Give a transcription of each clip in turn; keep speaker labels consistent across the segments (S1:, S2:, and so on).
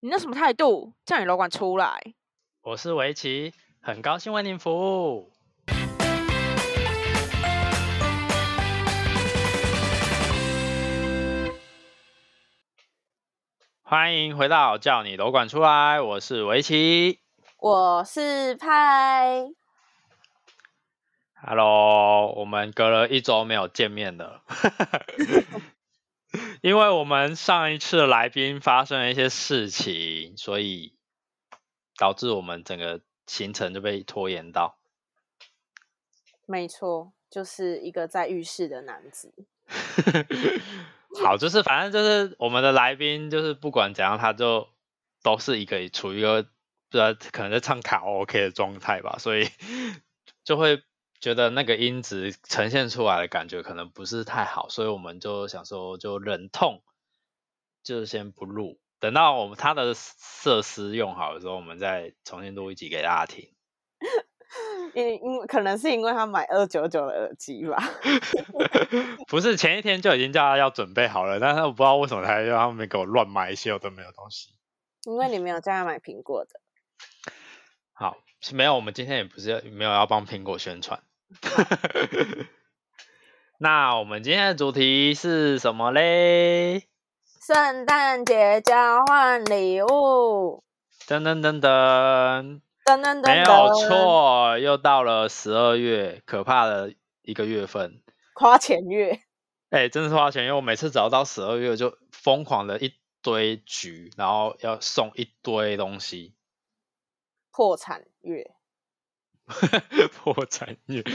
S1: 你那什么态度？叫你楼管出来！
S2: 我是围棋，很高兴为您服务。欢迎回到叫你楼管出来，我是围棋。
S3: 我是派，
S2: Hello，我们隔了一周没有见面了， 因为我们上一次来宾发生了一些事情，所以导致我们整个行程就被拖延到。
S3: 没错，就是一个在浴室的男子。
S2: 好，就是反正就是我们的来宾，就是不管怎样，他就都是一个处于一个不知道可能在唱卡拉 OK 的状态吧，所以 就会觉得那个音质呈现出来的感觉可能不是太好，所以我们就想说就忍痛，就先不录，等到我们他的设施用好的时候，我们再重新录一集给大家听。
S3: 因因为可能是因为他买二九九的耳机吧，
S2: 不是前一天就已经叫他要准备好了，但是我不知道为什么他要他们给我乱买一些有的没有的东西。
S3: 因为你没有叫他买苹果的。
S2: 好，是没有，我们今天也不是要没有要帮苹果宣 传。那我们今天的主题是什么嘞？
S3: 圣诞节交换礼物，
S2: 噔噔噔噔，
S3: 噔噔噔噔，
S2: 没有，错，又到了十二月，可怕的一个月份。
S3: 花前月，
S2: 哎、真的是花钱，因为我每次只要到十二月就疯狂的一堆局，然后要送一堆东西，
S3: 破产月，
S2: 破产月。
S3: 的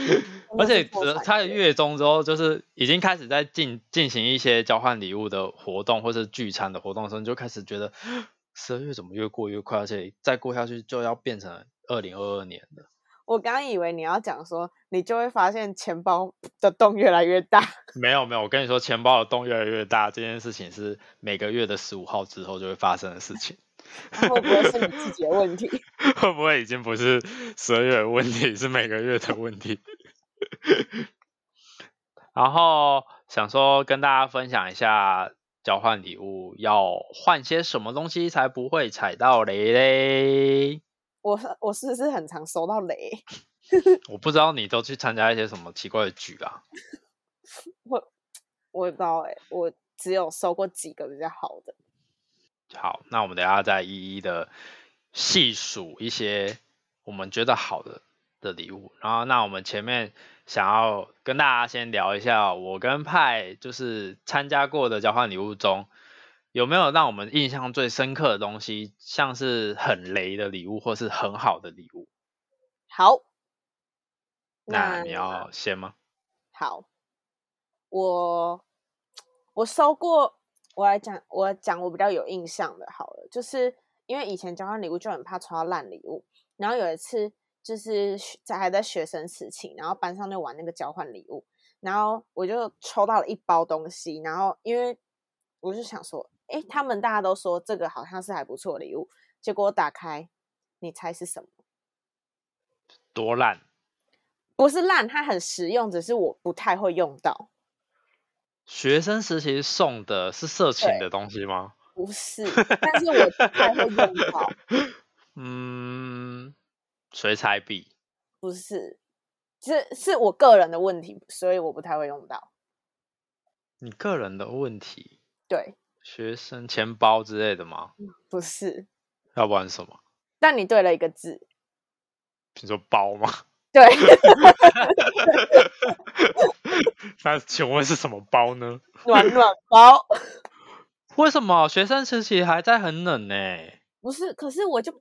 S2: 而
S3: 是
S2: 且
S3: 破
S2: 只
S3: 产
S2: 它的
S3: 月
S2: 月中之后，就是已经开始在进进行一些交换礼物的活动，或是聚餐的活动的时候，你就开始觉得 十二月怎么越过越快，而且再过下去就要变成二零二二年了。
S3: 我刚以为你要讲说，你就会发现钱包的洞越来越 大。
S2: 没有没有，我跟你说，钱包的洞越来越大这件事情是每个月的十五号之后就会发生的事情，
S3: 会不会是你自己的问题？
S2: 会不会已经不是十二月的问题，是每个月的问题？ 然后想说跟大家分享一下交换礼物要换些什么东西才不会踩到雷嘞。
S3: 我我是不是很常收到雷？
S2: 我不知道你都去参加一些什么奇怪的局啊？
S3: 我也不知道哎、我只有收过几个比较好的。
S2: 好，那我们等一下再一一的细数一些我们觉得好的的礼物。然后，那我们前面想要跟大家先聊一下，我跟派就是参加过的交换礼物中，有没有让我们印象最深刻的东西，像是很雷的礼物，或是很好的礼物？
S3: 好，
S2: 那你要先吗？
S3: 好，我我收过，我来讲，我讲我比较有印象的，好了，就是因为以前交换礼物就很怕抽到烂礼物，然后有一次就是学在还在学生时期，然后班上就玩那个交换礼物，然后我就抽到了一包东西，然后因为我就想说，诶，他们大家都说这个好像是还不错的礼物，结果我打开，你猜是什么？
S2: 多烂！
S3: 不是烂，它很实用，只是我不太会用到。
S2: 学生时期送的是色情的东西吗？
S3: 不是，但是我不太会用到，
S2: 嗯，水彩笔。
S3: 不是，是是我个人的问题，所以我不太会用到。
S2: 你个人的问题，
S3: 对，
S2: 学生钱包之类的吗？
S3: 不是，
S2: 要不然什么？
S3: 但你对了一个字，
S2: 你说包吗？
S3: 对
S2: 那请问是什么包呢？
S3: 暖暖包
S2: 为什么学生时期还在很冷呢、
S3: 不是，可是我就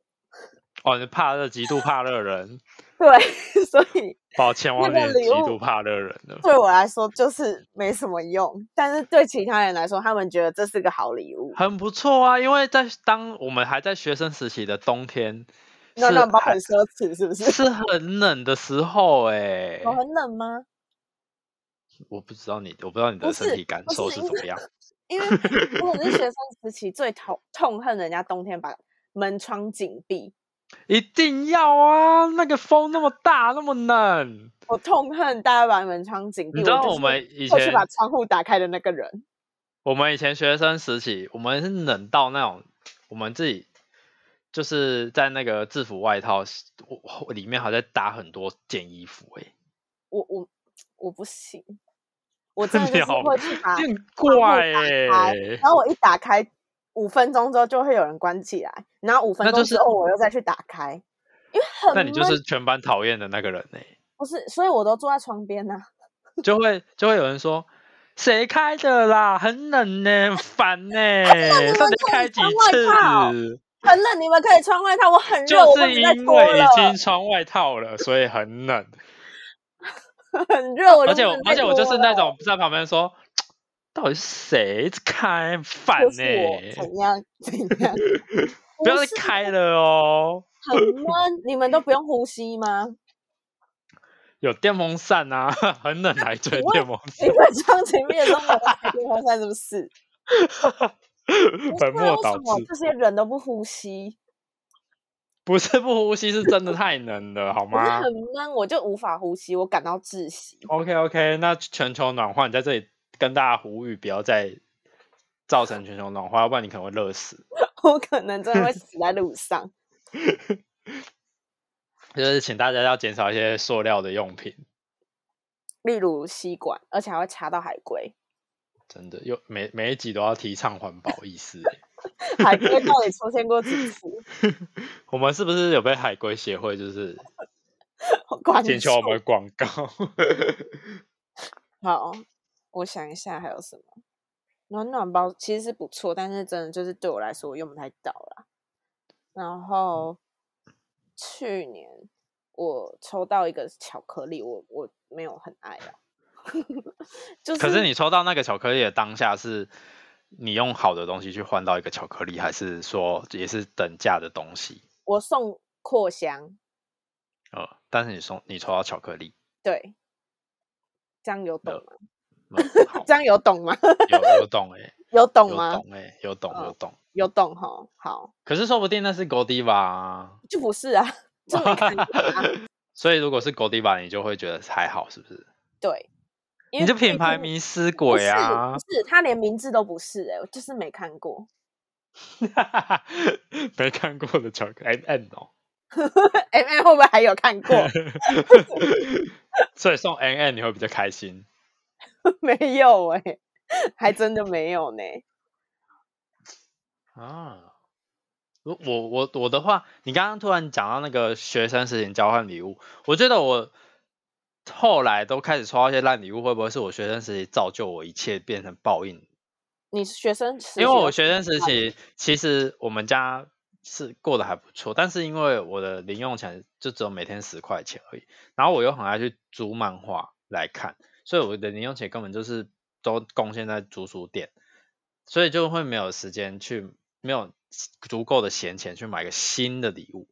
S2: 哦，你怕热，极度怕热人。
S3: 对， 所以
S2: 抱 歉，
S3: 那
S2: 忘记
S3: 个
S2: 你
S3: 礼
S2: 极
S3: 物
S2: 度怕热人了。
S3: 对我来说就是没什么用，但是对其他人来说，他们觉得这是个好礼物，
S2: 很不错啊，因为在当我们还在学生时期的 冬天，
S3: 暖
S2: 是
S3: 暖包
S2: 还
S3: 很奢侈，是不 是？
S2: 是很冷的时候哎、
S3: 我很冷吗？
S2: 我不知道你，我不知道你的
S3: 不
S2: 身
S3: 是
S2: 体感
S3: 不
S2: 受
S3: 是
S2: 是
S3: 因
S2: 怎么样。
S3: 因为我是学生时期最痛痛恨人家冬天把门窗紧闭，
S2: 一定要啊！那个风那么大，那么冷，
S3: 我痛恨大家把门窗紧闭。
S2: 你知
S3: 嗯
S2: 道
S3: 就
S2: 我
S3: 是
S2: 们以
S3: 过去
S2: 前
S3: 把窗户打开的那个人，
S2: 我们以前学生时期，我们是冷到那种我们自己就是在那个制服外套我我里面还在搭很多件衣服、欸，
S3: 我我我不行，我 真的就是
S2: 鸟
S3: 会去把
S2: 哎，很
S3: 窗户
S2: 怪
S3: 打
S2: 哎、
S3: 开然后我一打开，五分钟之后就会有人关起来，然后五分
S2: 那就
S3: 钟之
S2: 是
S3: 后我又再去打开，因为很
S2: 那你就
S3: 闷
S2: 是全班讨厌的那个人哎、
S3: 不是，所以我都坐在窗边呐、
S2: 就会就会有人说。谁开的啦？很冷呢、很烦呢、
S3: 你
S2: 到
S3: 们
S2: 底
S3: 可以
S2: 开几
S3: 穿外套
S2: 次？
S3: 很冷，你们可以穿外套，我很热，
S2: 就
S3: 我
S2: 是
S3: 不能再
S2: 因
S3: 脱
S2: 为
S3: 了
S2: 已，经穿外套了，所以很冷。
S3: 很热，我
S2: 而
S3: 就
S2: 且
S3: 不
S2: 我
S3: 能再
S2: 而且我就是
S3: 脱
S2: 那
S3: 了
S2: 种在旁边说，到底是谁开饭
S3: 就
S2: 呢、
S3: 是我怎样 怎样，
S2: 欸不要再
S3: 是
S2: 开了哦，
S3: 很闷，你们都不用呼吸吗？
S2: 有电风扇啊， 很冷还吹
S3: 请问
S2: 电风
S3: 你们窗前面都没有开电风扇，是不是？
S2: 扇，
S3: 不是
S2: 本
S3: 啊
S2: 末
S3: 为
S2: 倒
S3: 什么
S2: 置。
S3: 这些人都不呼吸？
S2: 不是不呼吸，是真的太冷了，好
S3: 我就
S2: 吗
S3: 很闷，我就无法呼吸，我感到窒息。
S2: ？OK OK，那全球暖化，你在这里跟大家呼吁，不要再造成全球暖化，要不然你可能会热死。
S3: 我可能真的会死在路上。
S2: 就是请大家要减少一些塑料的用品，
S3: 例如吸管，而且还会插到海龟。
S2: 真的，又每每一集都要提倡环保意识欸。
S3: 海龟到底出现过几次？
S2: 我们是不是有被海龟协会就是
S3: 好关
S2: 请求我们广告？
S3: 好，我想一下还有什么。暖暖包其实是不错，但是真的就是对我来说我用不太到啦。然后去年我抽到一个巧克力，我我没有很爱啊， 就是
S2: 可是你抽到那个巧克力的当下，是你用好的东西去换到一个巧克力，还是说也是等价的东西？
S3: 我送扩香，
S2: 呃，但是你抽你抽到巧 克力，
S3: 对，这样有懂
S2: 有
S3: 吗？
S2: 那哦好
S3: 这样有懂吗？
S2: 有有懂哎、
S3: 有懂
S2: 有
S3: 吗？
S2: 懂哎、有懂有
S3: 嗯
S2: 懂。
S3: 有 懂哈，好，
S2: 可是说不定那是 Godiva，啊
S3: 就不是啊， 就没看 过啊
S2: 所以如果是 Godiva，你就会觉得还好，是不是？
S3: 对，因
S2: 你
S3: 为
S2: 这
S3: 毕
S2: 品牌
S3: 竟
S2: 迷失
S3: 不
S2: 鬼
S3: 是
S2: 啊
S3: 不！是，他连名字都不是哎、我就是没看过
S2: 没看过的巧克力 M 哦，
S3: M M 哎会不会还有看过？
S2: 所以送 N N 你会比较开心。
S3: 没有哎、还真的没有呢。
S2: 啊，如我我我的话，你刚刚突然讲到那个学生实情交换礼物，我觉得我后来都开始抽到一些烂礼物，会不会是我学生时期造就我一切变成报应？
S3: 你是学生时期
S2: 因为
S3: 有
S2: 我
S3: 什
S2: 学
S3: 么
S2: 生时
S3: 烂
S2: 期其实我们家是过得还不错，但是因为我的零用钱就只有每天十块钱而已，然后我又很爱去租漫画来看，所以我的零用钱根本就是都贡献在租书店，所以就会没有时间去没有足够的闲钱去买个新的礼物。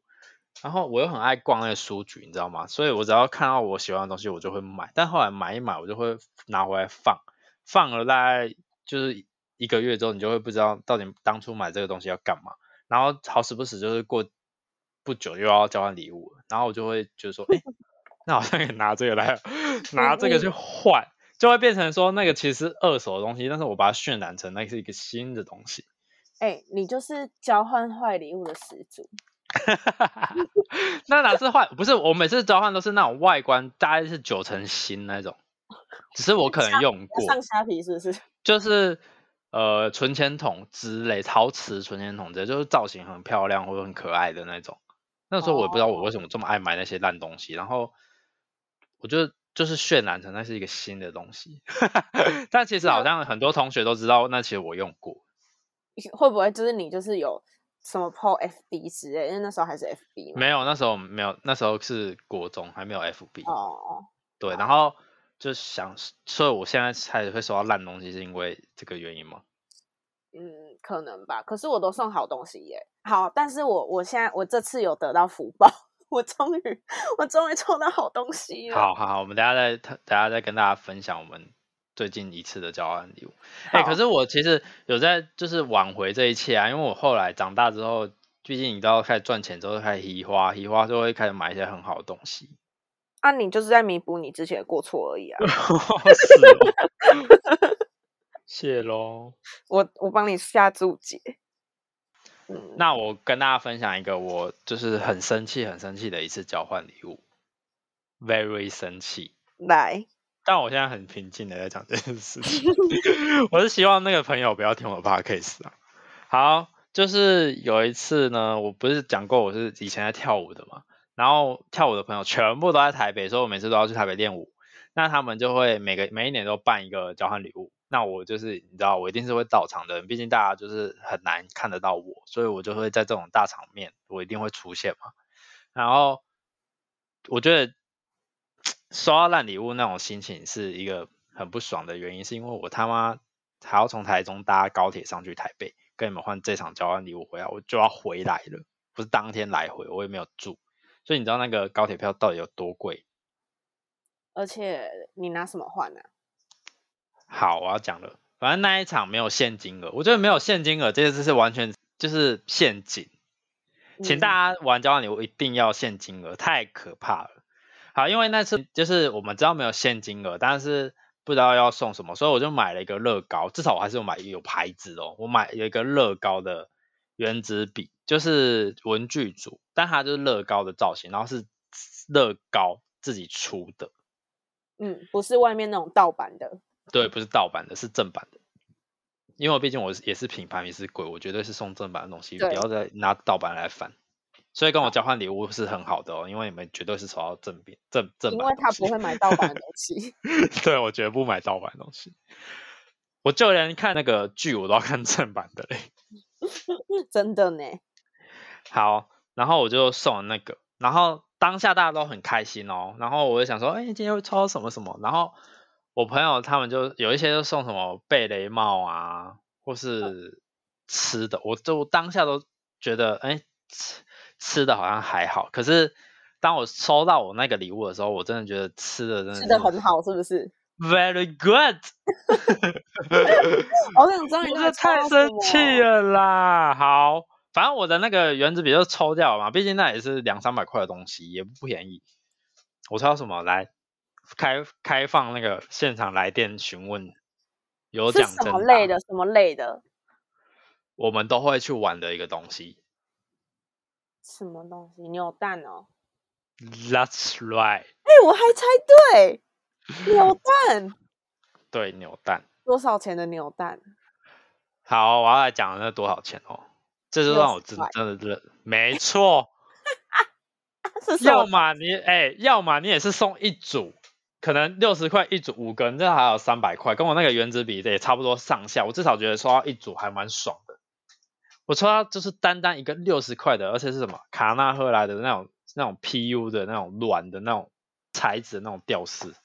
S2: 然后我又很爱逛那个书局，你知道吗？所以我只要看到我喜欢的东西，我就会买。但后来买一买，我就会拿回来放，放了大概就是一个月之后，你就会不知道到底当初买这个东西要干嘛。然后好死不死就是过不久又要交换礼物了，然后我就会觉得说，哎、那好像也拿这个来 拿这个去换，就会变成说那个其实是二手的东西，但是我把它渲染成那是一个新的东西。
S3: 哎、你就是交换坏礼物的始祖。
S2: 那哪是换？不是我每次交换都是那种外观大概是九成新那种，只是我可能用
S3: 要
S2: 过，
S3: 上虾皮是不是？
S2: 就是呃存钱筒之类，陶瓷存钱筒之类，就是造型很漂亮或者很可爱的那种。那时候我也不知道我
S3: 哦
S2: 为什么这么爱买那些烂东西，然后我就就是渲染成那是一个新的东西， 但其实好像很多同学都知道，那其实我用过。
S3: 会不会就是你就是有什么 PO FB 之类？因为那时候还是 FB 嘛。
S2: 没有，那时候没有，那时候是国中还没有 FB。
S3: 哦哦，
S2: 对，然后就想，所以我现在开始会收到烂东西，是因为这个原因吗？
S3: 嗯，可能吧。可是我都送好东西耶。好，但是我我现在我这次有得到福报，我终于我终于抽到好东西了。
S2: 好好好，我们等一下再等一下再跟大家分享我们最近一次的交换礼物。哎、可
S3: 好
S2: 是我其实有在就是挽回这一切啊，因为我后来长大之后，毕竟你知道开始赚钱之后开始移花，移花就会开始买一些很好的东西。。
S3: 啊，你就是在弥补你之前的过错而已啊
S2: 是哦，谢喽。
S3: 我我帮你下注解。嗯，
S2: 那我跟大家分享一个我就是很生气、很生气的一次交换礼物，very 生气。
S3: 来，
S2: 但我现在很平静的在讲这件事情， 我是希望那个朋友不要听我 podcast 啊。好，就是有一次呢，我不是讲过我是以前在跳舞的嘛，然后跳舞的朋友全部都在台北，所以我每次都要去台北练舞。那他们就会每个每一年都办一个交换礼物，那我就是你知道，我一定是会到场的人，毕竟大家就是很难看得到我，所以我就会在这种大场面，我一定会出现嘛。然后我觉得收到烂礼物那种心情是一个很不爽的原因，是因为我他妈还要从台中搭高铁上去台北，跟你们换这场交换礼物回来，我就要回来了，不是当天来回，我也没有住，所以你知道那个高铁票到底有多贵？
S3: 而且你拿什么换啊呢、
S2: 好，我要讲了，反正那一场没有现金额，我觉得没有现金额这件事是完全就是陷阱。请
S3: 嗯
S2: 大家玩交换礼物一定要现金额，太可怕了。好，因为那次就是我们知道没有现金额，但是不知道要送什么，所以我就买了一个乐高，至少我还是有买有牌子的哦，我买有一个乐高的圆珠笔，就是文具组，但它就是乐高的造型，然后是乐高自己出的，
S3: 嗯，不是外面那种盗版的，
S2: 对，不是盗版的，是正版的。因为毕竟我是也是品牌迷是鬼，我绝对是送正版的东西，不
S3: 对
S2: 要再拿盗版来翻。所以跟我交换礼物是很好的哦，因为你们绝对是收到正品正正
S3: 因
S2: 版的
S3: 为
S2: 东
S3: 他
S2: 西。
S3: 不会买盗版的东西。
S2: 对，我绝不买盗版的东西。我就连看那个剧我都要看正版的嘞。
S3: 真的呢，
S2: 好，然后我就送了那个，然后当下大家都很开心哦，然后我就想说，哎、今天会抽到什么什么，然后我朋友他们就有一些就送什么贝雷帽啊，或是吃的，我就当下都觉得，哎、吃吃的好像还好，可是当我收到我那个礼物的时候，我真的觉得吃的真的
S3: 吃的
S2: 是
S3: 很好，是不 是？
S2: very good，
S3: 好想知道你
S2: 我
S3: 哦那个
S2: 真
S3: 哦
S2: 的太
S3: 抽到什
S2: 生
S3: 么
S2: 气，了啦！好，反正我的那个原子笔就抽掉了嘛，毕竟那也是两三百块的东西，也不便宜。我抽到什么？来开开放那个现场来电询问，有
S3: 是
S2: 奖
S3: 什
S2: 征
S3: 么类
S2: 答，
S3: 的？什么类的？
S2: 我们都会去玩的一个东西。
S3: 什么东西？扭蛋哦？
S2: That's right，
S3: 哎、我还猜对， 扭蛋
S2: 对扭蛋。
S3: 多少钱的扭 蛋？
S2: 好，我要来讲那多少钱哦？这就让我真
S3: 60块
S2: 真的真的没错。
S3: 啊是什
S2: 要
S3: 么？
S2: 么你哎、要么你也是送一组，可能六十块一组五根，这还有三百块，跟我那个原子笔的也差不多上下。我至少觉得抽到一组还蛮爽的。我抽到就是单单一个六十块的，而且是什么卡纳赫来的那种那种 PU 的那种软的那种材质的那种吊饰，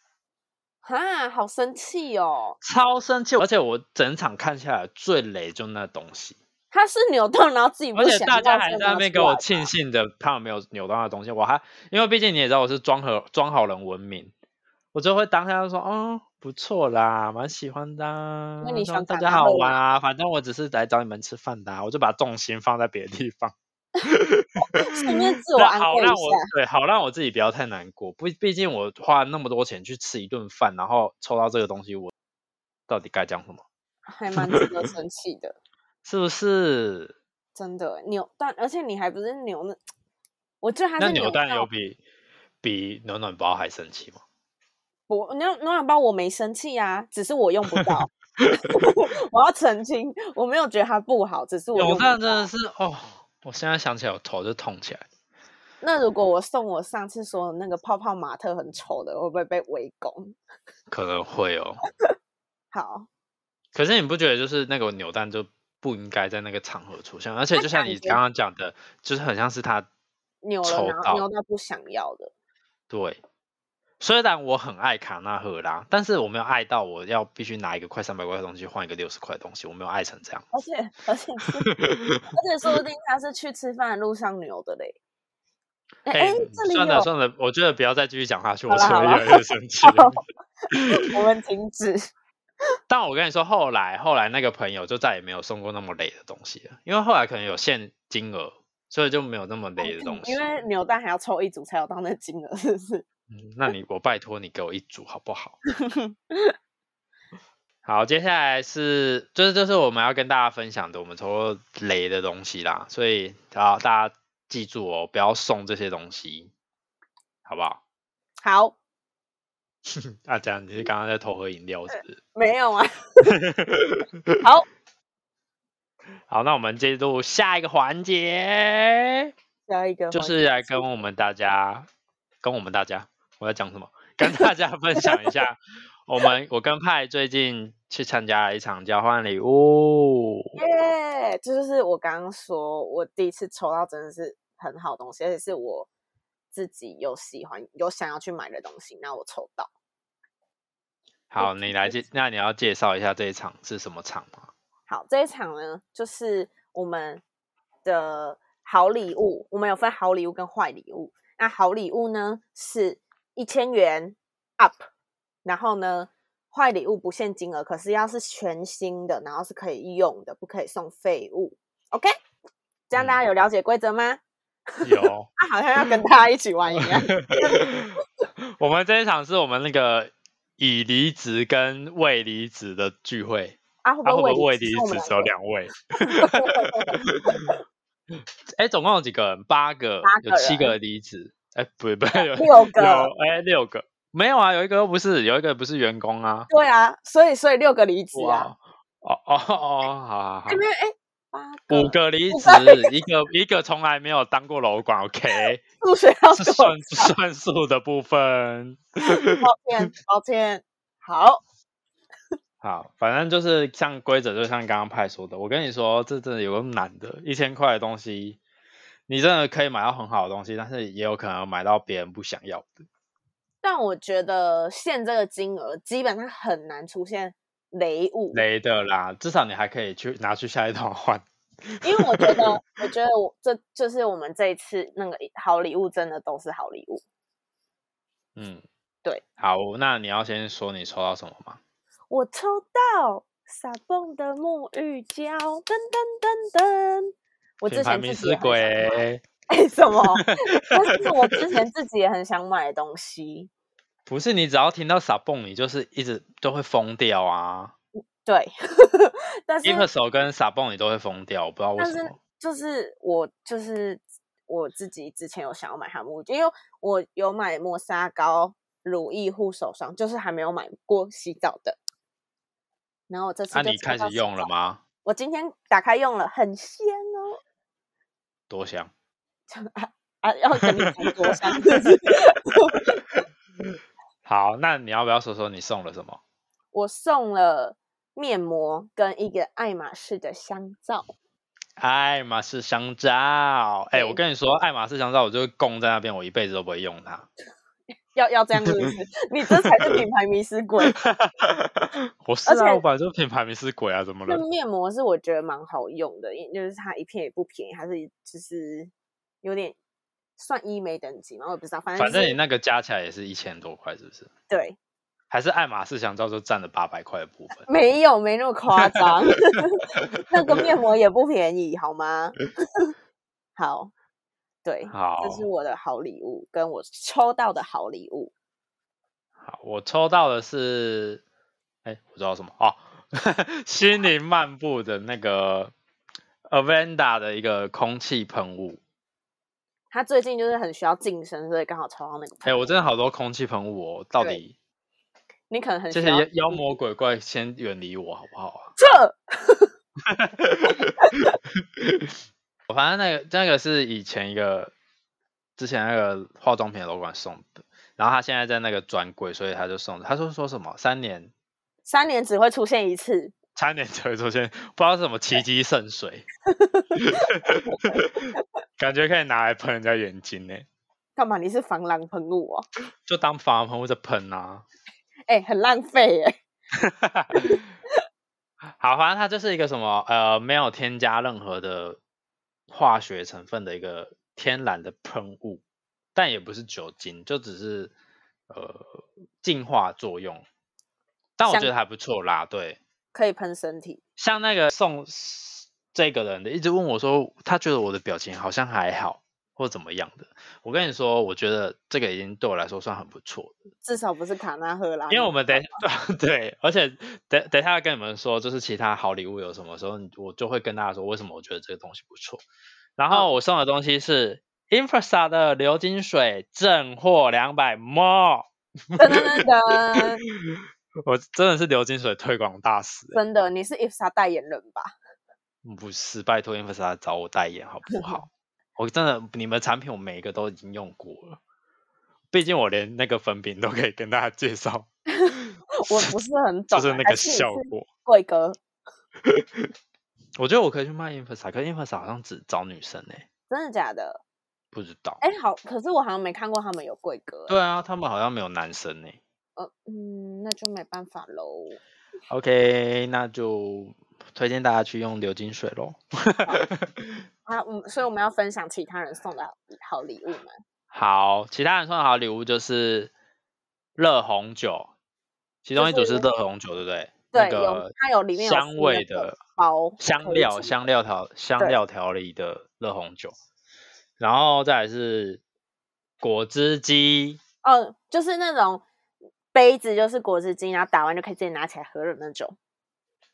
S3: 哈，好生气哦！
S2: 超生气！而且我整场看下来最雷就那东西，
S3: 他是扭到，然后自己不
S2: 而且
S3: 想
S2: 大
S3: 要
S2: 家
S3: 所以
S2: 还在
S3: 拿
S2: 那边
S3: 出
S2: 给我
S3: 来
S2: 庆
S3: 吧
S2: 幸的，他们没有扭到那东西。我还因为毕竟你也知道我是装好装好人文明，我就会当下就说，哦，不错啦，蛮喜欢的啊。
S3: 因为你
S2: 希
S3: 喜
S2: 望
S3: 欢
S2: 大
S3: 卡
S2: 家
S3: 纳
S2: 好
S3: 赫
S2: 玩啊，反正我只是来找你们吃饭的、啊，我就把重心放在别的地方。
S3: 顺 便自我
S2: 那
S3: 安
S2: 好
S3: 慰一
S2: 让我
S3: 下。
S2: 对，好让我自己不要太难过。不，毕竟我花那么多钱去吃一顿饭，然后抽到这个东西，我到底该讲什么？
S3: 还蛮值得生气的，
S2: 是不是？
S3: 真的扭蛋，而且你还不是扭那，我觉得他
S2: 那
S3: 是
S2: 扭蛋
S3: 到
S2: 有比比暖暖包还生气吗？
S3: 我暖暖暖包我没生气啊，只是我用不 到。 我要澄清，我没有觉得它不好，只是我
S2: 扭
S3: 用不
S2: 蛋真
S3: 到
S2: 的是哦，我现在想起来我头就痛起来。
S3: 那如果我送我上次说的那个泡泡玛特很丑的，会不会被围攻？
S2: 可能会哦，
S3: 好，
S2: 可是你不觉得就是那个扭蛋就不应该在那个场合出现，而且
S3: 那
S2: 就像
S3: 感
S2: 你
S3: 觉
S2: 刚刚讲的，就是很像是他
S3: 扭了
S2: 丑
S3: 然
S2: 到
S3: 后扭到不想要的，
S2: 对。虽然我很爱卡纳赫拉，但是我没有爱到我要必须拿一个快三百块的东西换一个六十块的东西，我没有爱成这样。
S3: 而且而且是而且说不定他是去吃饭的路上扭的嘞。 哎、哎这里
S2: 算了
S3: 有，
S2: 算了，我觉得不要再继续讲下去，
S3: 好
S2: 我
S3: 啦
S2: 只
S3: 好
S2: 会
S3: 啦
S2: 越来越生气 了。
S3: 我们停止。
S2: 但我跟你说，后来后来那个朋友就再也没有送过那么累的东西了，因为后来可能有限金额，所以就 没有那么累的东
S3: 哦
S2: 西。
S3: 因为扭蛋还要抽一组才有到那金额，是不是？
S2: 嗯那你我拜托你给我一组好不好？好，接下来是就是就是我们要跟大家分享的，我们抽雷的东西啦，所以好大家记住哦，不要送这些东西，好不好？
S3: 好，
S2: 大家，你是刚刚在偷喝饮料是不是？
S3: 没有啊， 好，呃
S2: 好，那我们进入下一个环节，
S3: 下一个
S2: 就
S3: 环
S2: 是
S3: 节
S2: 来跟我们大家，跟我们大家，我在讲什么？跟大家 分享一下，我们我跟派最近去参加了一场交换礼物，
S3: 耶这就是我刚刚说，我第一次抽到真的是很好的东西，而且是我自己有喜欢、有想要去买的东西，那我抽到。
S2: 好，
S3: 我
S2: 你
S3: 觉
S2: 来
S3: 得
S2: 介，那你要介绍一下这一场是什么场吗？
S3: 好，这一场呢，就是我们的好礼物，我们有分好礼物跟坏礼物。那好礼物呢是一千元 up，然后呢，坏礼物不限金额，可是要是全新的，然后是可以用的，不可以送废物。OK，这样大家有了解规则吗？
S2: 有，
S3: 啊，好像要跟大家一起玩一样。
S2: 我们这一场是我们那个已离职跟未离职的聚会，
S3: 啊，会
S2: 他
S3: 不
S2: 会
S3: 会
S2: 不会未
S3: 离
S2: 离
S3: 职送我
S2: 职
S3: 们
S2: 只有
S3: 两
S2: 两位？ 哎，总共有几个人？八个，
S3: 八
S2: 有
S3: 个
S2: 七
S3: 人
S2: 个离职。哎，不不，有
S3: 个六
S2: 有
S3: 个？
S2: 哎六个，没有啊，有一个又不是，有一个不是员工啊。
S3: 对啊，所以所以六个离职啊。，
S2: 哦哦哦，好好好
S3: 哎，，没有哎，八个
S2: 五个离
S3: 五
S2: 职，一个一个从来没有当过楼管，OK，
S3: 数学要
S2: 是
S3: 多
S2: 算算数的部分。
S3: 抱 歉，抱歉。好，
S2: 好，反正就是像规则，就像刚刚派说的，我跟你说，这真的有个难的，一千块的东西，你真的可以买到很好的东西，但是也有可能买到别人不想要的。
S3: 但我觉得限这个金额基本上很难出现雷物，
S2: 雷的啦，至少你还可以去拿去下一趟换。
S3: 因为我觉 得，我觉得我这就是我们这一次那个好礼物真的都是好礼物。
S2: 嗯，
S3: 对。
S2: 好，那你要先说你抽到什么吗？
S3: 我抽到撒蹦的沐浴胶，噔噔噔噔。我之
S2: 品牌
S3: 前
S2: 迷
S3: 自己也
S2: 失
S3: 很想买，
S2: 鬼，
S3: 哎、什么？但是我之前自己也很想买的东西，
S2: 不是你只要听到傻蹦，你就是一直都会疯掉啊。
S3: 对。 但是
S2: 一个手跟傻蹦你都会疯掉，我不知道为
S3: 但
S2: 什
S3: 是
S2: 么。
S3: 就是我就是我自己之前有想要买它沐浴因为我有买磨砂膏、乳液、护手霜，就是还没有买过洗澡的。然后我这次
S2: 那、
S3: 就
S2: 啊你
S3: 抽
S2: 开
S3: 到
S2: 始
S3: 洗
S2: 用了
S3: 澡？
S2: 吗？
S3: 我今天打开用了，很香哦！
S2: 多香。
S3: 啊，要跟你 讲多香，就是
S2: 好，那你要不要说说你送了什么？
S3: 我送了面膜跟一个爱马仕的香皂。
S2: 爱马仕香皂，哎、
S3: 对
S2: 我跟你说，爱马仕香皂，我就供在那边，我一辈子都不会用 它。
S3: 要要这样子， 你这才是品牌迷失鬼。
S2: 我是
S3: 而
S2: 啊，
S3: 且
S2: 我本来就品牌迷失鬼啊，怎么
S3: 那
S2: 了？
S3: 面膜是我觉得蛮好用的，因就是它一片也不便宜，它是就是有点算医美等级嘛，我也不知道，反正、
S2: 反
S3: 就是、
S2: 正你那个加起来也是一千多块，是不是？
S3: 对，
S2: 还是爱马仕香皂就占了八百块的部分？
S3: 没有没那么夸张， 那个面膜也不便宜，好吗？ 好，对，
S2: 好，
S3: 这是我的好礼物，跟我抽到的好礼物。
S2: 好，我抽到的是，哎，我抽到什么？哦， 心灵漫步的那个 Avenda 的一个空气喷雾。
S3: 他最近就是很需要晋升，所以刚好抽到那个。
S2: 哎，我真的好多空气喷雾哦，到
S3: 对
S2: 底
S3: 你可能很需
S2: 这些
S3: 要
S2: 妖妖魔鬼怪先远离我好不好啊？
S3: 这
S2: 我反正那个那个是以前一个之前那个化妆品的楼管送的，然后他现在在那个专柜，所以他就送。他说说什么三年
S3: 三年只会出现一次，
S2: 三年才会出现，不知道是什么奇迹圣水，感觉可以拿来喷人家眼睛呢，
S3: 干嘛？你是防狼喷雾哦？
S2: 就当防狼喷雾在喷啊。
S3: 哎、很浪费耶、
S2: 好，反正它就是一个什么呃没有添加任何的化学成分的一个天然的喷雾，但也不是酒精，就只是呃净化作用。但我
S3: 香
S2: 觉得还不错啦，对。
S3: 可以喷身体。
S2: 像那个送这个人的，一直问我说，他觉得我的表情好像还好，或怎么样的。我跟你说，我觉得这个已经对我来说算很不错的，
S3: 至少不是卡纳赫拉。
S2: 因为我们等 对，而且等等一下要跟你们说，就是其他好礼物有什么时候，我就会跟大家说为什么我觉得这个东西不错。然后我送的东西是 Infrasa 的流金水正货两百 ml，
S3: 噔噔噔噔，
S2: 我真的是流金水推广大使、欸，
S3: 真的，你是 IFSA 代言人吧？
S2: 不是，拜托 Infrasa 找我代言好不 好？我真的，你们产品我每一个都已经用过了，毕竟我连那个粉饼都可以跟大家 介绍，
S3: 我不是很懂
S2: 就
S3: 啊，
S2: 是那
S3: 还
S2: 个
S3: 是你
S2: 效
S3: 是
S2: 果。
S3: 贵哥，
S2: 我觉得我可以去卖 Infrasa，可是 Infrasa 好像只招女生诶、
S3: 真的假的？
S2: 不知道。
S3: 哎、好，可是我好像没看过他们有贵哥、
S2: 对啊，他们好像没有男生欸诶、
S3: 呃，嗯，那就没办法喽。
S2: OK，那就推荐大家去用流金水喽。
S3: 啊，嗯，所以我们要分享其他人送的好礼好礼物吗？
S2: 好，其他人送的好礼物就是热红酒，其
S3: 就
S2: 中一组
S3: 是
S2: 是热红酒，对不对？
S3: 对，
S2: 那
S3: 有
S2: 个
S3: 它有里面有
S2: 香
S3: 附那
S2: 味
S3: 个
S2: 的
S3: 包
S2: 香
S3: 可以
S2: 料
S3: 煮
S2: 香料调香
S3: 对
S2: 料调理的热红酒，然后再来是果汁机，
S3: 哦，就是那种杯子，就是果汁机，然后打完就可以自己拿起来喝的那种。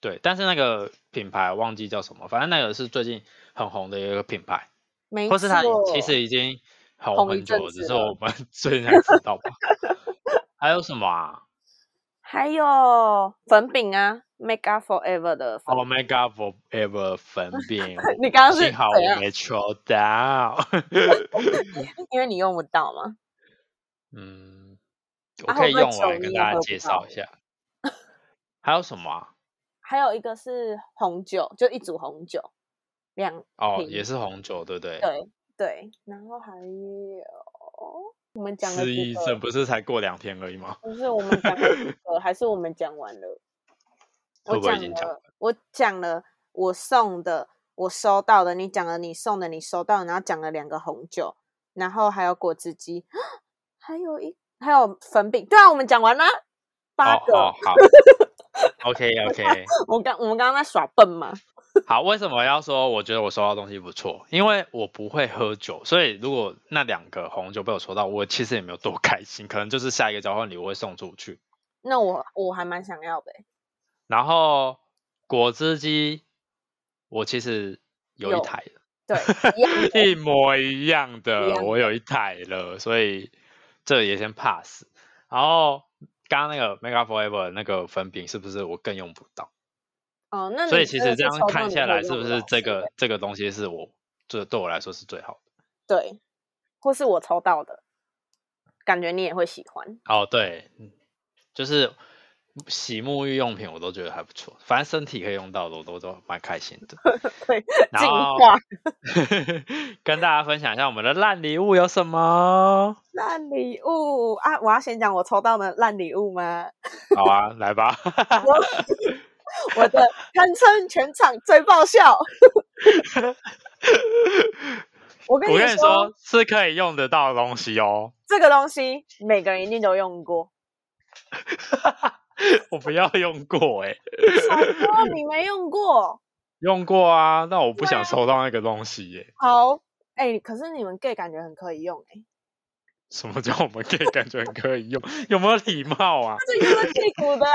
S2: 对，但是那个品牌忘记叫什么，反正那个是最近很红的一个品牌，
S3: 没错，
S2: 或是它其实已经红
S3: 红一
S2: 很久
S3: 阵
S2: 了，只
S3: 子
S2: 是
S3: 了
S2: 我们 最近才知道吧。还有什么啊
S3: 还有粉饼啊，Make Up Forever 的粉饼。，
S2: ？Omega 哎 Forever 粉饼
S3: 你刚刚是
S2: 哦幸好
S3: 怎
S2: 我
S3: 样
S2: 没抽到。
S3: 因为你用不到嘛。
S2: 嗯，我
S3: 啊
S2: 可
S3: 会
S2: 以
S3: 不会
S2: 用
S3: 久
S2: 我来
S3: 你
S2: 跟
S3: 也
S2: 大
S3: 喝
S2: 家
S3: 不到
S2: 介绍一下。还有什么啊？
S3: 还有一个是红酒，就一组红酒，两
S2: 哦，
S3: 瓶
S2: 也是红酒，对不对？
S3: 对对，然后还有我们讲了
S2: 失
S3: 几
S2: 忆
S3: 个
S2: 症，不是才过两天而已吗？
S3: 不是我们讲了几个，还是我们讲完了？
S2: 会
S3: 我
S2: 不会已
S3: 讲
S2: 经讲
S3: 了，我讲了我送的，我收到的，你讲了你送的，你收到的，然后讲了两个红酒，然后还有果汁机，还有一还有粉饼，对啊，我们讲完啦，八
S2: 哦
S3: 个。
S2: 哦，好。OK OK，
S3: 我刚我们刚刚在耍笨嘛，
S2: 好，为什么要说我觉得我收到东西不错？因为我不会喝酒，所以如果那两个红酒被我抽到，我其实也没有多开心，可能就是下一个交换礼物会送出去。
S3: 那我我还蛮想要的欸、
S2: 然后果汁机，我其实有一
S3: 有
S2: 台
S3: 对，一样的
S2: 一模一样的，
S3: 一样
S2: 我有一台了，所以这也先 pass。然后刚刚那个 Mega Forever 那个粉饼是不是我更用不到？
S3: 哦，那
S2: 所以
S3: 你
S2: 其
S3: 真
S2: 实
S3: 的
S2: 这
S3: 是
S2: 样
S3: 抽
S2: 看
S3: 中你
S2: 下
S3: 会
S2: 来，是
S3: 用
S2: 不
S3: 得
S2: 是
S3: 到
S2: 这
S3: 是的
S2: 个这个东西是我这对我来说是最好
S3: 对，或是我抽到的，感觉你也会喜欢。
S2: 的？哦，对，嗯就是洗沐浴用品我都觉得还不错，反正身体可以用到的我都都蛮开心的。
S3: 对，
S2: 然
S3: 进
S2: 后
S3: 化
S2: 跟大家分享一下我们的烂礼物有什么？
S3: 烂礼物啊！我要先讲我抽到的烂礼物吗？
S2: 好啊，来吧。
S3: 我的堪称全场最爆 笑。我跟
S2: 我
S3: 你
S2: 跟你
S3: 说，
S2: 说，是可以用得到的东西哦。
S3: 这个东西每个人一定都用 过，
S2: 我不要用过哎、
S3: 少说你没用过。
S2: 用过啊，但我
S3: 对
S2: 不
S3: 啊
S2: 想收到那个东西耶、
S3: 好，哎、可是你们 gay 感觉很可以用哎、
S2: 什么叫我们 gay 感觉很可以 用？有没有礼貌啊
S3: 这就是屁股的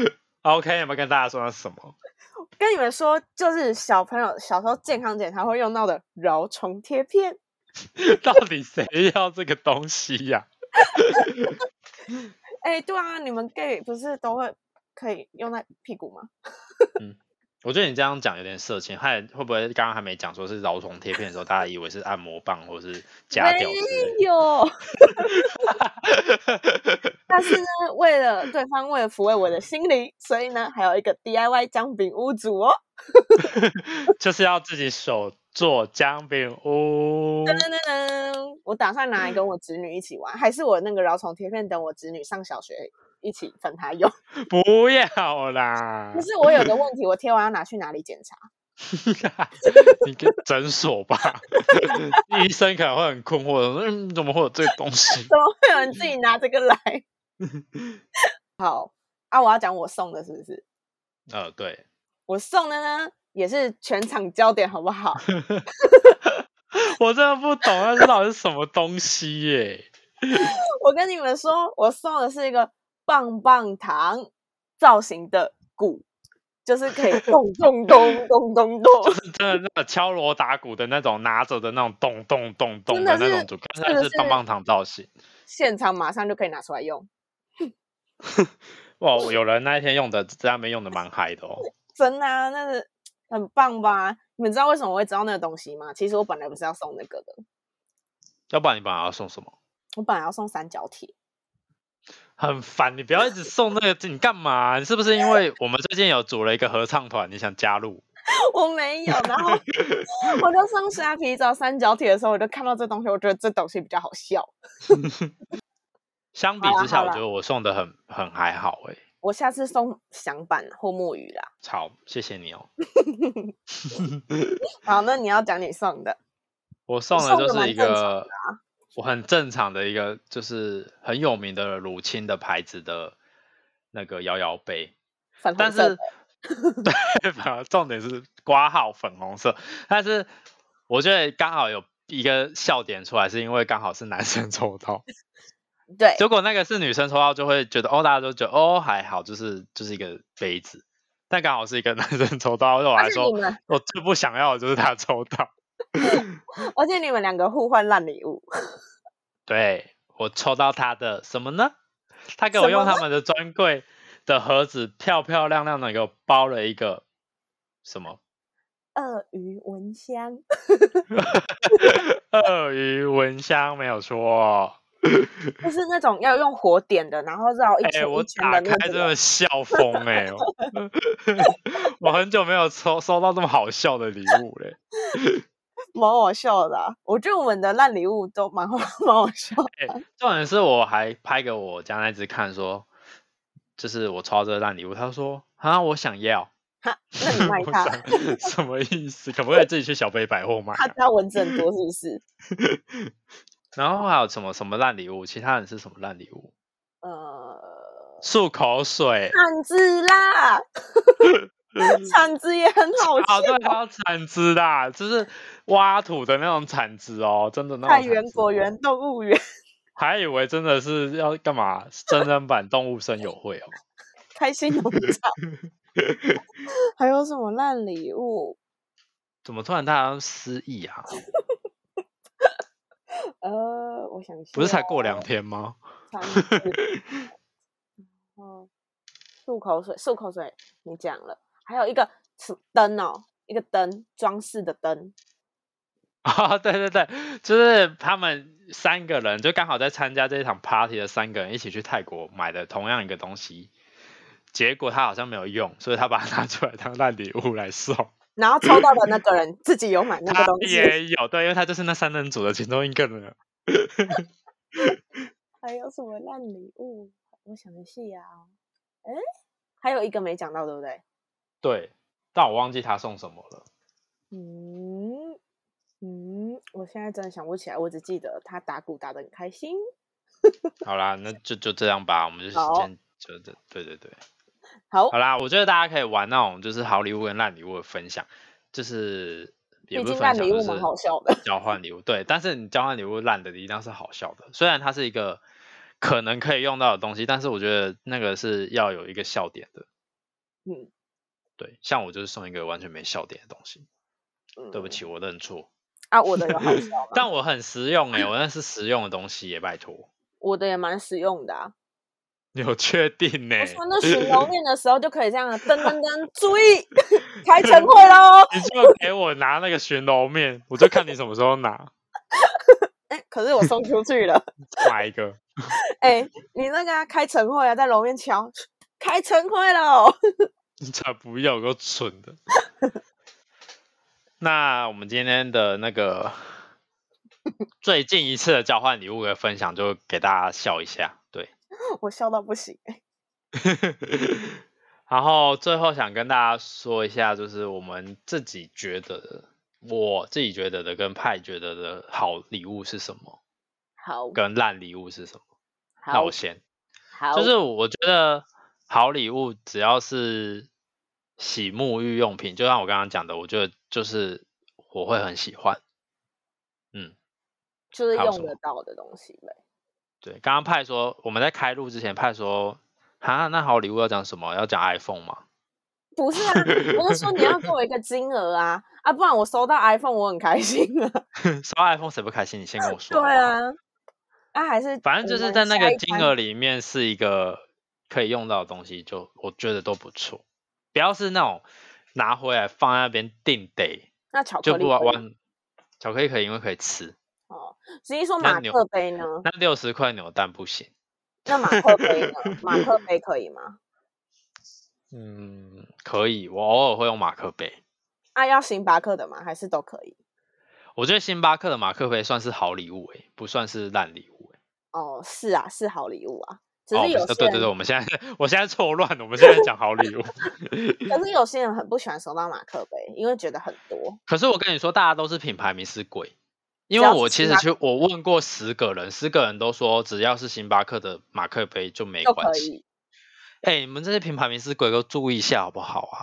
S3: 啊！
S2: ？OK，有没有跟大家说到什么？
S3: 跟你们说，就是小朋友小时候健康检查会用到的饶虫贴片，
S2: 到底谁要这个东西呀、
S3: 哎、对啊，你们 gay 不是都会可以用在屁股吗？
S2: 我觉得你这样讲有点色情，害会不会刚刚还没讲说是饶虫贴片的时候，大家以为是按摩棒或是夹
S3: 没
S2: 掉之类
S3: 有，
S2: 的？
S3: 但是呢，为了对方为了抚慰我的心灵，所以呢，还有一个 DIY 姜饼屋主哦，
S2: 就是要自己手做姜饼屋。
S3: 噔噔噔噔，我打算拿来跟我侄女一起玩，还是我那个饶虫贴片等我侄女上小学一起分她用。
S2: 不要啦！
S3: 可是我有个问题，我贴完要拿去哪里检查？
S2: 你跟诊所 吧，医生可能会很困惑，嗯，怎么会有这个东西？
S3: 怎么会有人自己拿这个来？好啊，我要讲我送的，是不是？
S2: 呃，对，
S3: 我送的呢，也是全场焦点，好不好？
S2: 我真的不懂那是到底是什么东西耶、
S3: 我跟你们说，我送的是一个棒棒糖造型的鼓，就是可以咚 咚咚咚咚
S2: 就
S3: 咚，
S2: 是真的那个敲锣打鼓的那种，拿着的那种咚咚咚咚
S3: 真的
S2: 那
S3: 是
S2: 种主，
S3: 这
S2: 但
S3: 个
S2: 是
S3: 是
S2: 棒棒糖造型。
S3: 现场马上就可以拿出来用，
S2: 哇，有人那一天用的在那边用的蛮嗨的哦。
S3: 真的、啊，那是很棒吧？你们知道为什么我会知道那个东西吗？其实我本来不是要送那个的，
S2: 要不然你本来要送什么？
S3: 我本来要送三角铁，
S2: 很烦，你不要一直送那个，你干嘛？啊你是不是因为我们最近有组了一个合唱团，你想加入？
S3: 我没有。 然后我就上虾皮找三角铁的时候，我就看到这东西，我觉得这东西比较好笑。
S2: 相比
S3: 好啦
S2: 之下，
S3: 好
S2: 我
S3: 啦
S2: 觉得我送的很很还好哎、
S3: 我下次送响板或木鱼啦。
S2: 好，谢谢 你哦。
S3: 好，那你要讲你送的，
S2: 我送
S3: 送
S2: 的
S3: 得
S2: 就是
S3: 蛮
S2: 一
S3: 正常啊
S2: 个我很正常的一个，就是很有名的乳清的牌子的那个摇摇杯，
S3: 粉红
S2: 但
S3: 色
S2: 是
S3: 的欸
S2: 对，反而重点是挂号粉红色，但是我觉得刚好有一个笑点出来，是因为刚好是男生抽到，
S3: 对，
S2: 结果那个是女生抽到，就会觉得哦，大家都觉得哦还好，就是就是一个杯子，但刚好是一个男生抽到，对我来
S3: 而且
S2: 说
S3: 你，们，
S2: 我最不想要的就是他抽到，
S3: 而且你们两个互换烂礼物，
S2: 对我抽到他的什么呢？他给
S3: 什
S2: 我
S3: 么
S2: 用他
S3: 呢
S2: 们的专柜的盒子，漂漂亮亮的给我包了一个什么
S3: 鳄鱼蚊 香，
S2: 鳄鱼蚊香，没有错。
S3: 就是那种要用火点的，然后绕一
S2: 哎、
S3: 圈
S2: 我
S3: 一圈
S2: 打
S3: 的
S2: 开
S3: 那
S2: 真
S3: 种。
S2: 的笑疯哎、 我很久没有抽收到这么好笑的礼物嘞、
S3: 蛮好笑的啊、我觉得我们的烂礼物都蛮好， 蛮好笑。
S2: 重点是我还拍给我家那只看说，就是我抽到这个烂礼物，他说啊我想要，
S3: 那你卖
S2: 我
S3: 它
S2: 想什么意思？可不可以自己去小北百货买啊、
S3: 他家蚊子很多是不是？
S2: 然后还有什么什么烂礼物？其他人是什么烂礼物？
S3: 呃，
S2: 漱口 水
S3: 铲子 啦，铲子也很好
S2: 哦，
S3: 笑。
S2: 对，还有铲子啦，就是挖土的那种铲子哦，真的那种
S3: 菜
S2: 铲
S3: 园、
S2: 子
S3: 果
S2: 哦
S3: 园、动物园，
S2: 还以为真的是要干嘛真人版动物声友会哦。
S3: 开心农 场， 还有什么烂礼物？
S2: 怎么突然大家都失忆啊？
S3: 呃，我想一下
S2: 不是才过两天吗？
S3: 三次哦，漱口水，漱口水你讲了，还有一个什灯哦，一个灯装饰的灯，
S2: 啊、对对对，就是他们三个人就刚好在参加这一场 party 的三个人一起去泰国买的同样一个东西，结果他好像没有用，所以他把它拿出来当烂礼物来送。
S3: 然后抽到的那个人自己有买那
S2: 他
S3: 个东西，
S2: 也有对，因为他就是那三人组的其中一个人。
S3: 还有什么烂礼物？我想一下啊，哎，还有一个没讲到，对不对？
S2: 对，但我忘记他送什么了。
S3: 嗯嗯，我现在真的想不起来，我只记得他打鼓打得很开心。
S2: 好啦，那就就这样吧，我们就
S3: 好
S2: 先就这，对对对。
S3: 好
S2: 好，啦，我觉得大家可以玩那种就是好礼物跟烂礼物的分享，就是也
S3: 毕
S2: 不是
S3: 竟
S2: 分
S3: 烂
S2: 享，
S3: 礼
S2: 就
S3: 物
S2: 是
S3: 蛮好笑的。
S2: 交换礼物，对，但是你交换礼物烂的一定是好笑的，虽然它是一个可能可以用到的东西，但是我觉得那个是要有一个笑点的。
S3: 嗯，
S2: 对，像我就是送一个完全没笑点的东西，对不
S3: 嗯
S2: 起，我认错，
S3: 啊，我的有好笑 吗？
S2: 但我很实用哎、我那是实用的东西也拜托，
S3: 我的也蛮实用的啊。
S2: 有确定欸呢、
S3: 我说那 巡楼面的时候就可以这样了，噔噔噔，注意，开晨会喽！
S2: 你就给我拿那个巡楼面，我就看你什么时候拿，
S3: 哎、可是我送出去了。
S2: 买一个。
S3: 哎、你那个啊、开晨会啊，在楼面敲，开晨会喽！
S2: 才不要，有个蠢的。那我们今天的那个最近一次的交换礼物的分享，就给大家笑一下，对。
S3: 我笑到不行。
S2: 然后最后想跟大家说一下，就是我们自己觉得的，我自己觉得的跟派觉得的好礼物是什么，
S3: 好，
S2: 跟烂礼物是什么。那
S3: 好
S2: 我，先，
S3: 好，
S2: 就是我觉得好礼物只要是洗沐浴用品，就像我刚刚讲的，我觉得就是我会很喜欢。嗯，
S3: 就是
S2: 还有
S3: 用
S2: 什么
S3: 得到的东西呗。
S2: 对，刚刚派说我们在开录之前，派说哈，那好礼物要讲什么？要讲 iPhone 吗？
S3: 不是啊，我是说你要给我一个金额啊啊，不然我收到 iPhone 我很开心啊。
S2: 收到 iPhone 谁不开心？你先跟我 说。
S3: 对，啊， 啊还是
S2: 反正就
S3: 我
S2: 是
S3: 们
S2: 在那
S3: 下
S2: 个
S3: 一
S2: 金
S3: 关
S2: 额里面是一个可以用到的东西，就我觉得都不错。不要是那种拿回来放在那边定得，
S3: 那巧
S2: 就
S3: 克力
S2: 不玩
S3: 可以
S2: 玩。巧克力可以，因为可以吃。
S3: 哦。至于说
S2: 那
S3: 马
S2: 牛
S3: 克杯呢？
S2: 那六十块扭蛋不行。
S3: 那马克杯呢？马克杯可以吗？
S2: 嗯，可以，我偶尔会用马克杯。
S3: 啊，要星巴克的吗？还是都可以？
S2: 我觉得星巴克的马克杯算是好礼物诶、不算是烂礼物、欸。
S3: 哦，是啊，是好礼物啊。只
S2: 哦
S3: 是有
S2: 不
S3: 些
S2: 是对对
S3: 人
S2: 对，我们现在我现在错乱，我们现在讲好礼物。
S3: 可是有些人很不喜欢收到马克杯，因为觉得很多。
S2: 可是我跟你说，大家都是品牌迷是鬼，
S3: 只
S2: 因为
S3: 要是
S2: 我其
S3: 星
S2: 实
S3: 巴
S2: 去我问过十个人，十个人都说只要是星巴克的马克杯就没
S3: 就
S2: 关
S3: 可
S2: 系
S3: 以。
S2: 哎、你们这些品牌迷是鬼，都注意一下好不好啊？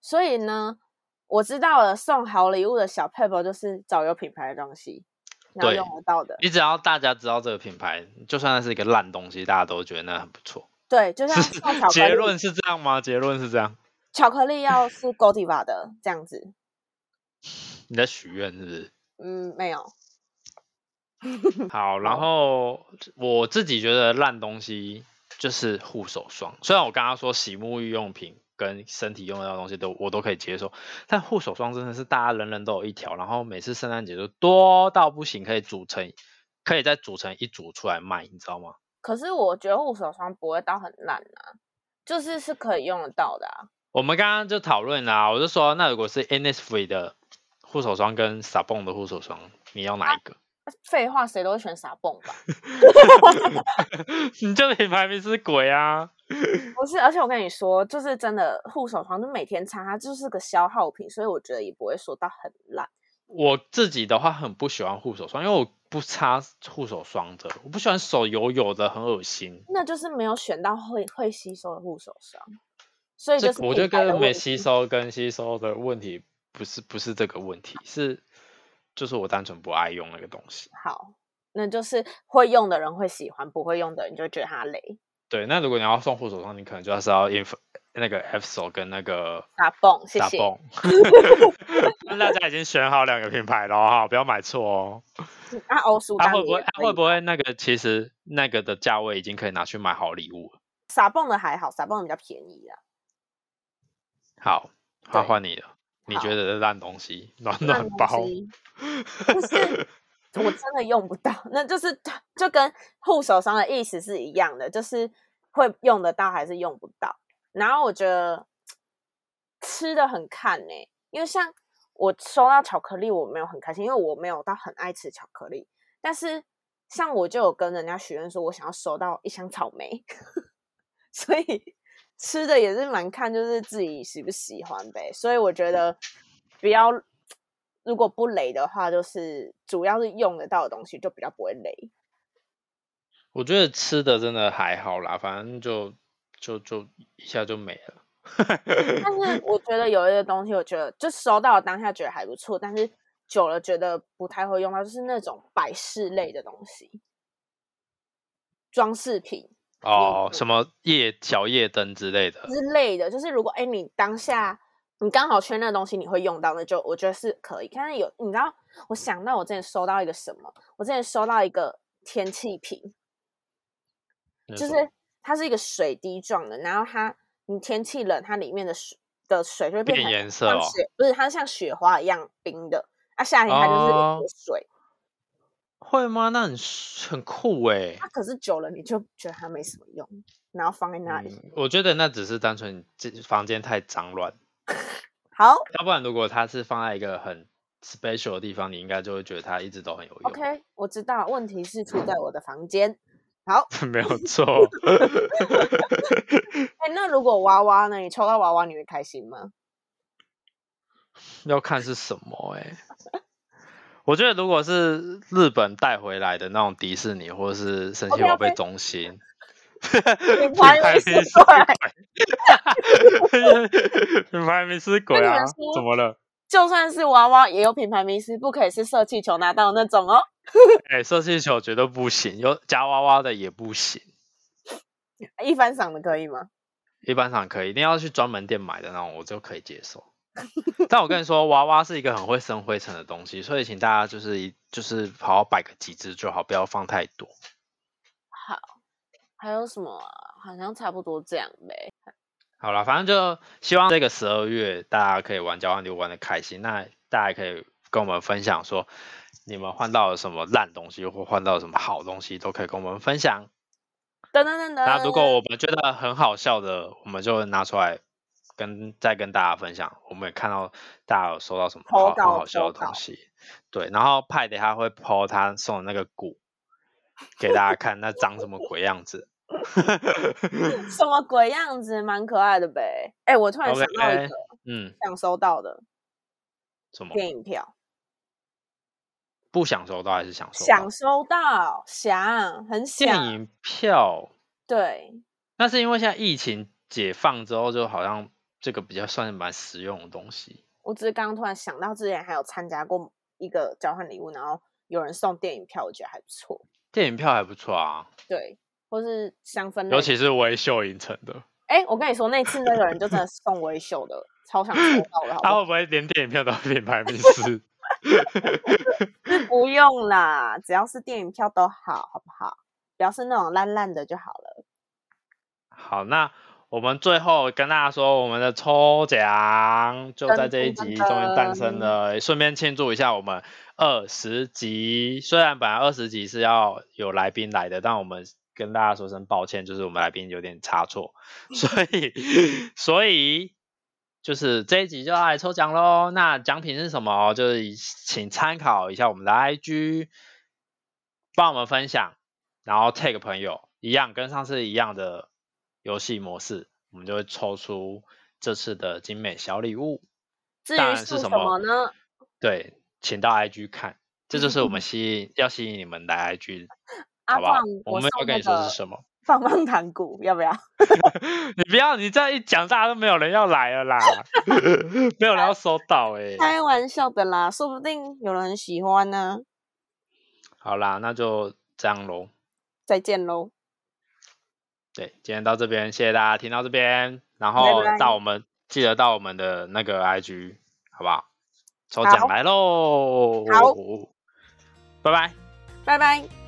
S3: 所以呢，我知道了，送好礼物的小 paper 就是找有品牌的东西，然后
S2: 对
S3: 用得到的。
S2: 你只要大家知道这个品牌，就算它是一个烂东西，大家都觉得那很不错。
S3: 对，就像送巧克
S2: 结
S3: 力，
S2: 论是这样吗？结论是这样？
S3: 巧克力要是 Godiva 的这样子。
S2: 你在许愿是不是？
S3: 嗯，没有。
S2: 好，然后我自己觉得烂东西就是护手霜，虽然我刚刚说洗沐浴用品跟身体用得到的东西都我都可以接受，但护手霜真的是大家人人都有一条，然后每次圣诞节都多到不行，可以组成，可以再组成一组出来卖，你知道吗？
S3: 可是我觉得护手霜不会到很烂啊，就是是可以用得到的啊。
S2: 我们刚刚就讨论啦，我就说那如果是 Innisfree 的护手霜跟 Sabon 的护手霜，你要哪一个？
S3: 废话，谁都会选傻泵吧？
S2: 你这品牌名是鬼啊！
S3: 不是，而且我跟你说，就是真的护手霜，就每天擦，它就是个消耗品，所以我觉得也不会说到很烂。
S2: 我自己的话很不喜欢护手霜，因为我不擦护手霜的，我不喜欢手油油的，很恶心。
S3: 那就是没有选到会会吸收的护手霜，所以就
S2: 这
S3: 是
S2: 我觉
S3: 品
S2: 得
S3: 牌的
S2: 跟没
S3: 问
S2: 吸
S3: 题。
S2: 收跟吸收的问题不是不是这个问题，是就是我单纯不爱用那个东西。
S3: 好，那就是会用的人会喜欢，不会用的人就觉得它雷。
S2: 对，那如果你要送护手霜，你可能就要是要 inf 那个 F 手跟那个
S3: 打泵，谢
S2: 打
S3: 谢。
S2: 泵。那大家已经选好两个品牌了哈，不要买错哦。
S3: 那欧舒
S2: 它
S3: 丹
S2: 会
S3: 的
S2: 不会
S3: 也
S2: 它
S3: 可
S2: 会
S3: 以
S2: 不会那个其实那个的价位已经可以拿去买好礼物了？
S3: 傻泵的还好，傻泵比较便宜啦。
S2: 好，
S3: 对
S2: 那换你了。你觉
S3: 好
S2: 得的烂东西，暖
S3: 那
S2: 暖
S3: 东
S2: 包，
S3: 西 不是我真的用不到， 那就是就跟护手霜的意思是一样的，就是会用得到还是用不到。然后我觉得吃的很看呢、因为像我收到巧克力，我没有很开心，因为我没有到很爱吃巧克力。但是像我就有跟人家许愿说，我想要收到一箱草莓， 所以吃的也是蛮看就是自己喜不喜欢呗。所以我觉得不要，如果不雷的话，就是主要是用得到的东西就比较不会雷。
S2: 我觉得吃的真的还好啦，反正就就就一下就没了。
S3: 但是我觉得有一个东西，我觉得就收到当下觉得还不错，但是久了觉得不太会用到，就是那种摆饰类的东西，装饰品。
S2: 哦，什么夜小夜灯之类的，
S3: 之类的，嗯就是如果哎、诶你当下你刚好缺那个东西，你会用到，那就我觉得是可以。但是有你知道，我想到我之前收到一个什么，我之前收到一个天气瓶，
S2: 那
S3: 就
S2: 种
S3: 是它是一个水滴状的，然后它你天气冷，它里面的水的水就会变
S2: 变
S3: 成
S2: 颜色
S3: 像
S2: 哦。
S3: 雪，不是它像雪花一样冰的。啊，夏天它就是
S2: 哦
S3: 有水，
S2: 会吗？那很很酷欸诶、
S3: 啊它、可是久了你就觉得它没什么用，然后放在那里。
S2: 嗯我觉得那只是单纯这房间太脏乱，
S3: 好
S2: 要不然如果它是放在一个很 special 的地方，你应该就会觉得它一直都很有用。
S3: ，OK，我知道，问题是出在我的房间。好，
S2: 没 有错。
S3: 哎、那如果娃娃呢？你抽到娃娃，你会开心 吗？
S2: 要看是什么哎、我觉得如果是日本带回来的那种迪士尼或者是神奇
S3: OK，OK
S2: 宝贝中心，
S3: 你怀疑是对，
S2: 品牌迷是鬼
S3: 那你
S2: 啊
S3: 们说？
S2: 怎么了？
S3: 就算是娃娃，也有品牌迷失，不可以是射气球拿到那种哦。
S2: 哎、射气球绝对不行，有夹娃娃的也不行。
S3: 一番赏的可以吗？
S2: 一般上可以，一定要去专门店买的那种，我就可以接 受。但我跟你说，娃娃是一个很会生灰尘的东西，所以请大家就是一就是好好摆个几只就好，不要放太多。
S3: 还有什么啊、好像差不多这样呗。
S2: 好啦，反正就希望这个十二月大家可以玩交换礼物玩的开心。那大家也可以跟我们分享说，你们换到了什么烂东西，或换到了什么好东西，都可以跟我们分享。
S3: 等等等等，
S2: 那如果我们觉得很好笑的，我们就拿出来跟再跟大家分享。我们也看到大家有收到什么
S3: 投
S2: 好很
S3: 稿
S2: 好笑
S3: 投
S2: 的东
S3: 稿
S2: 西，对。然后派的他会 PO 他送的那个鼓给大家看，那长什么鬼样子。
S3: 什么鬼样子，蛮可爱的呗。哎、我突然
S2: OK
S3: 想到一个
S2: 嗯，
S3: 想收到的
S2: 什么
S3: 电影票，
S2: 不想收到还是想收到
S3: 想？收到，想很
S2: 电
S3: 想，
S2: 影票，
S3: 对，
S2: 那是因为现在疫情解放之后，就好像这个比较算是蛮实用的东西。
S3: 我只是刚刚突然想到，之前还有参加过一个交换礼物，然后有人送电影票，我觉得还不错。
S2: 电影票还不错啊，
S3: 对，或是香氛类的，
S2: 尤其是微秀影城的，
S3: 哎、我跟你说，那次那个人就真的送我一袖的，超想抽到的，好不
S2: 他
S3: 好？
S2: 会不会连电影票都要品牌名师？
S3: 不用啦，只要是电影票都好，好不好？不要是那种烂烂的就好了。
S2: 好，那我们最后跟大家说，我们的抽奖就在这一集终于诞生了，顺便庆祝一下我们二十集。虽然本来二十集是要有来宾来的，但我们跟大家说声抱歉，就是我们来宾有点差错， 所以所以。就是这一集就要来抽奖喽，那奖品是什么？哦就是请参考一下我们的 IG，帮我们分享，然后 tag 朋友，一样跟上次一样的游戏模式，我们就会抽出这次的精美小礼物。
S3: 至
S2: 当
S3: 于
S2: 然
S3: 送
S2: 是
S3: 什
S2: 什
S3: 么呢？啊
S2: 对，请到 IG 看，这就是 我们吸引要吸引你们来 IG，
S3: 阿
S2: 好不好
S3: 放？
S2: 我没
S3: 送那
S2: 有跟你说
S3: 个
S2: 是 什么，
S3: 棒棒糖鼓，要不要？
S2: 你不要你这样一讲，大家都没有人要来了啦，没有人要收到哎、
S3: 开玩笑的啦，说不定有人很喜欢呢、
S2: 好啦，那就这样喽。
S3: 再见喽，
S2: 对，今天到这边，谢谢大家听到这边，
S3: 拜
S2: 然后
S3: 拜
S2: 到我们记得到我们的那个 IG，好不好？抽
S3: 好
S2: 奖来喽！
S3: 好，
S2: 拜拜。
S3: 拜拜。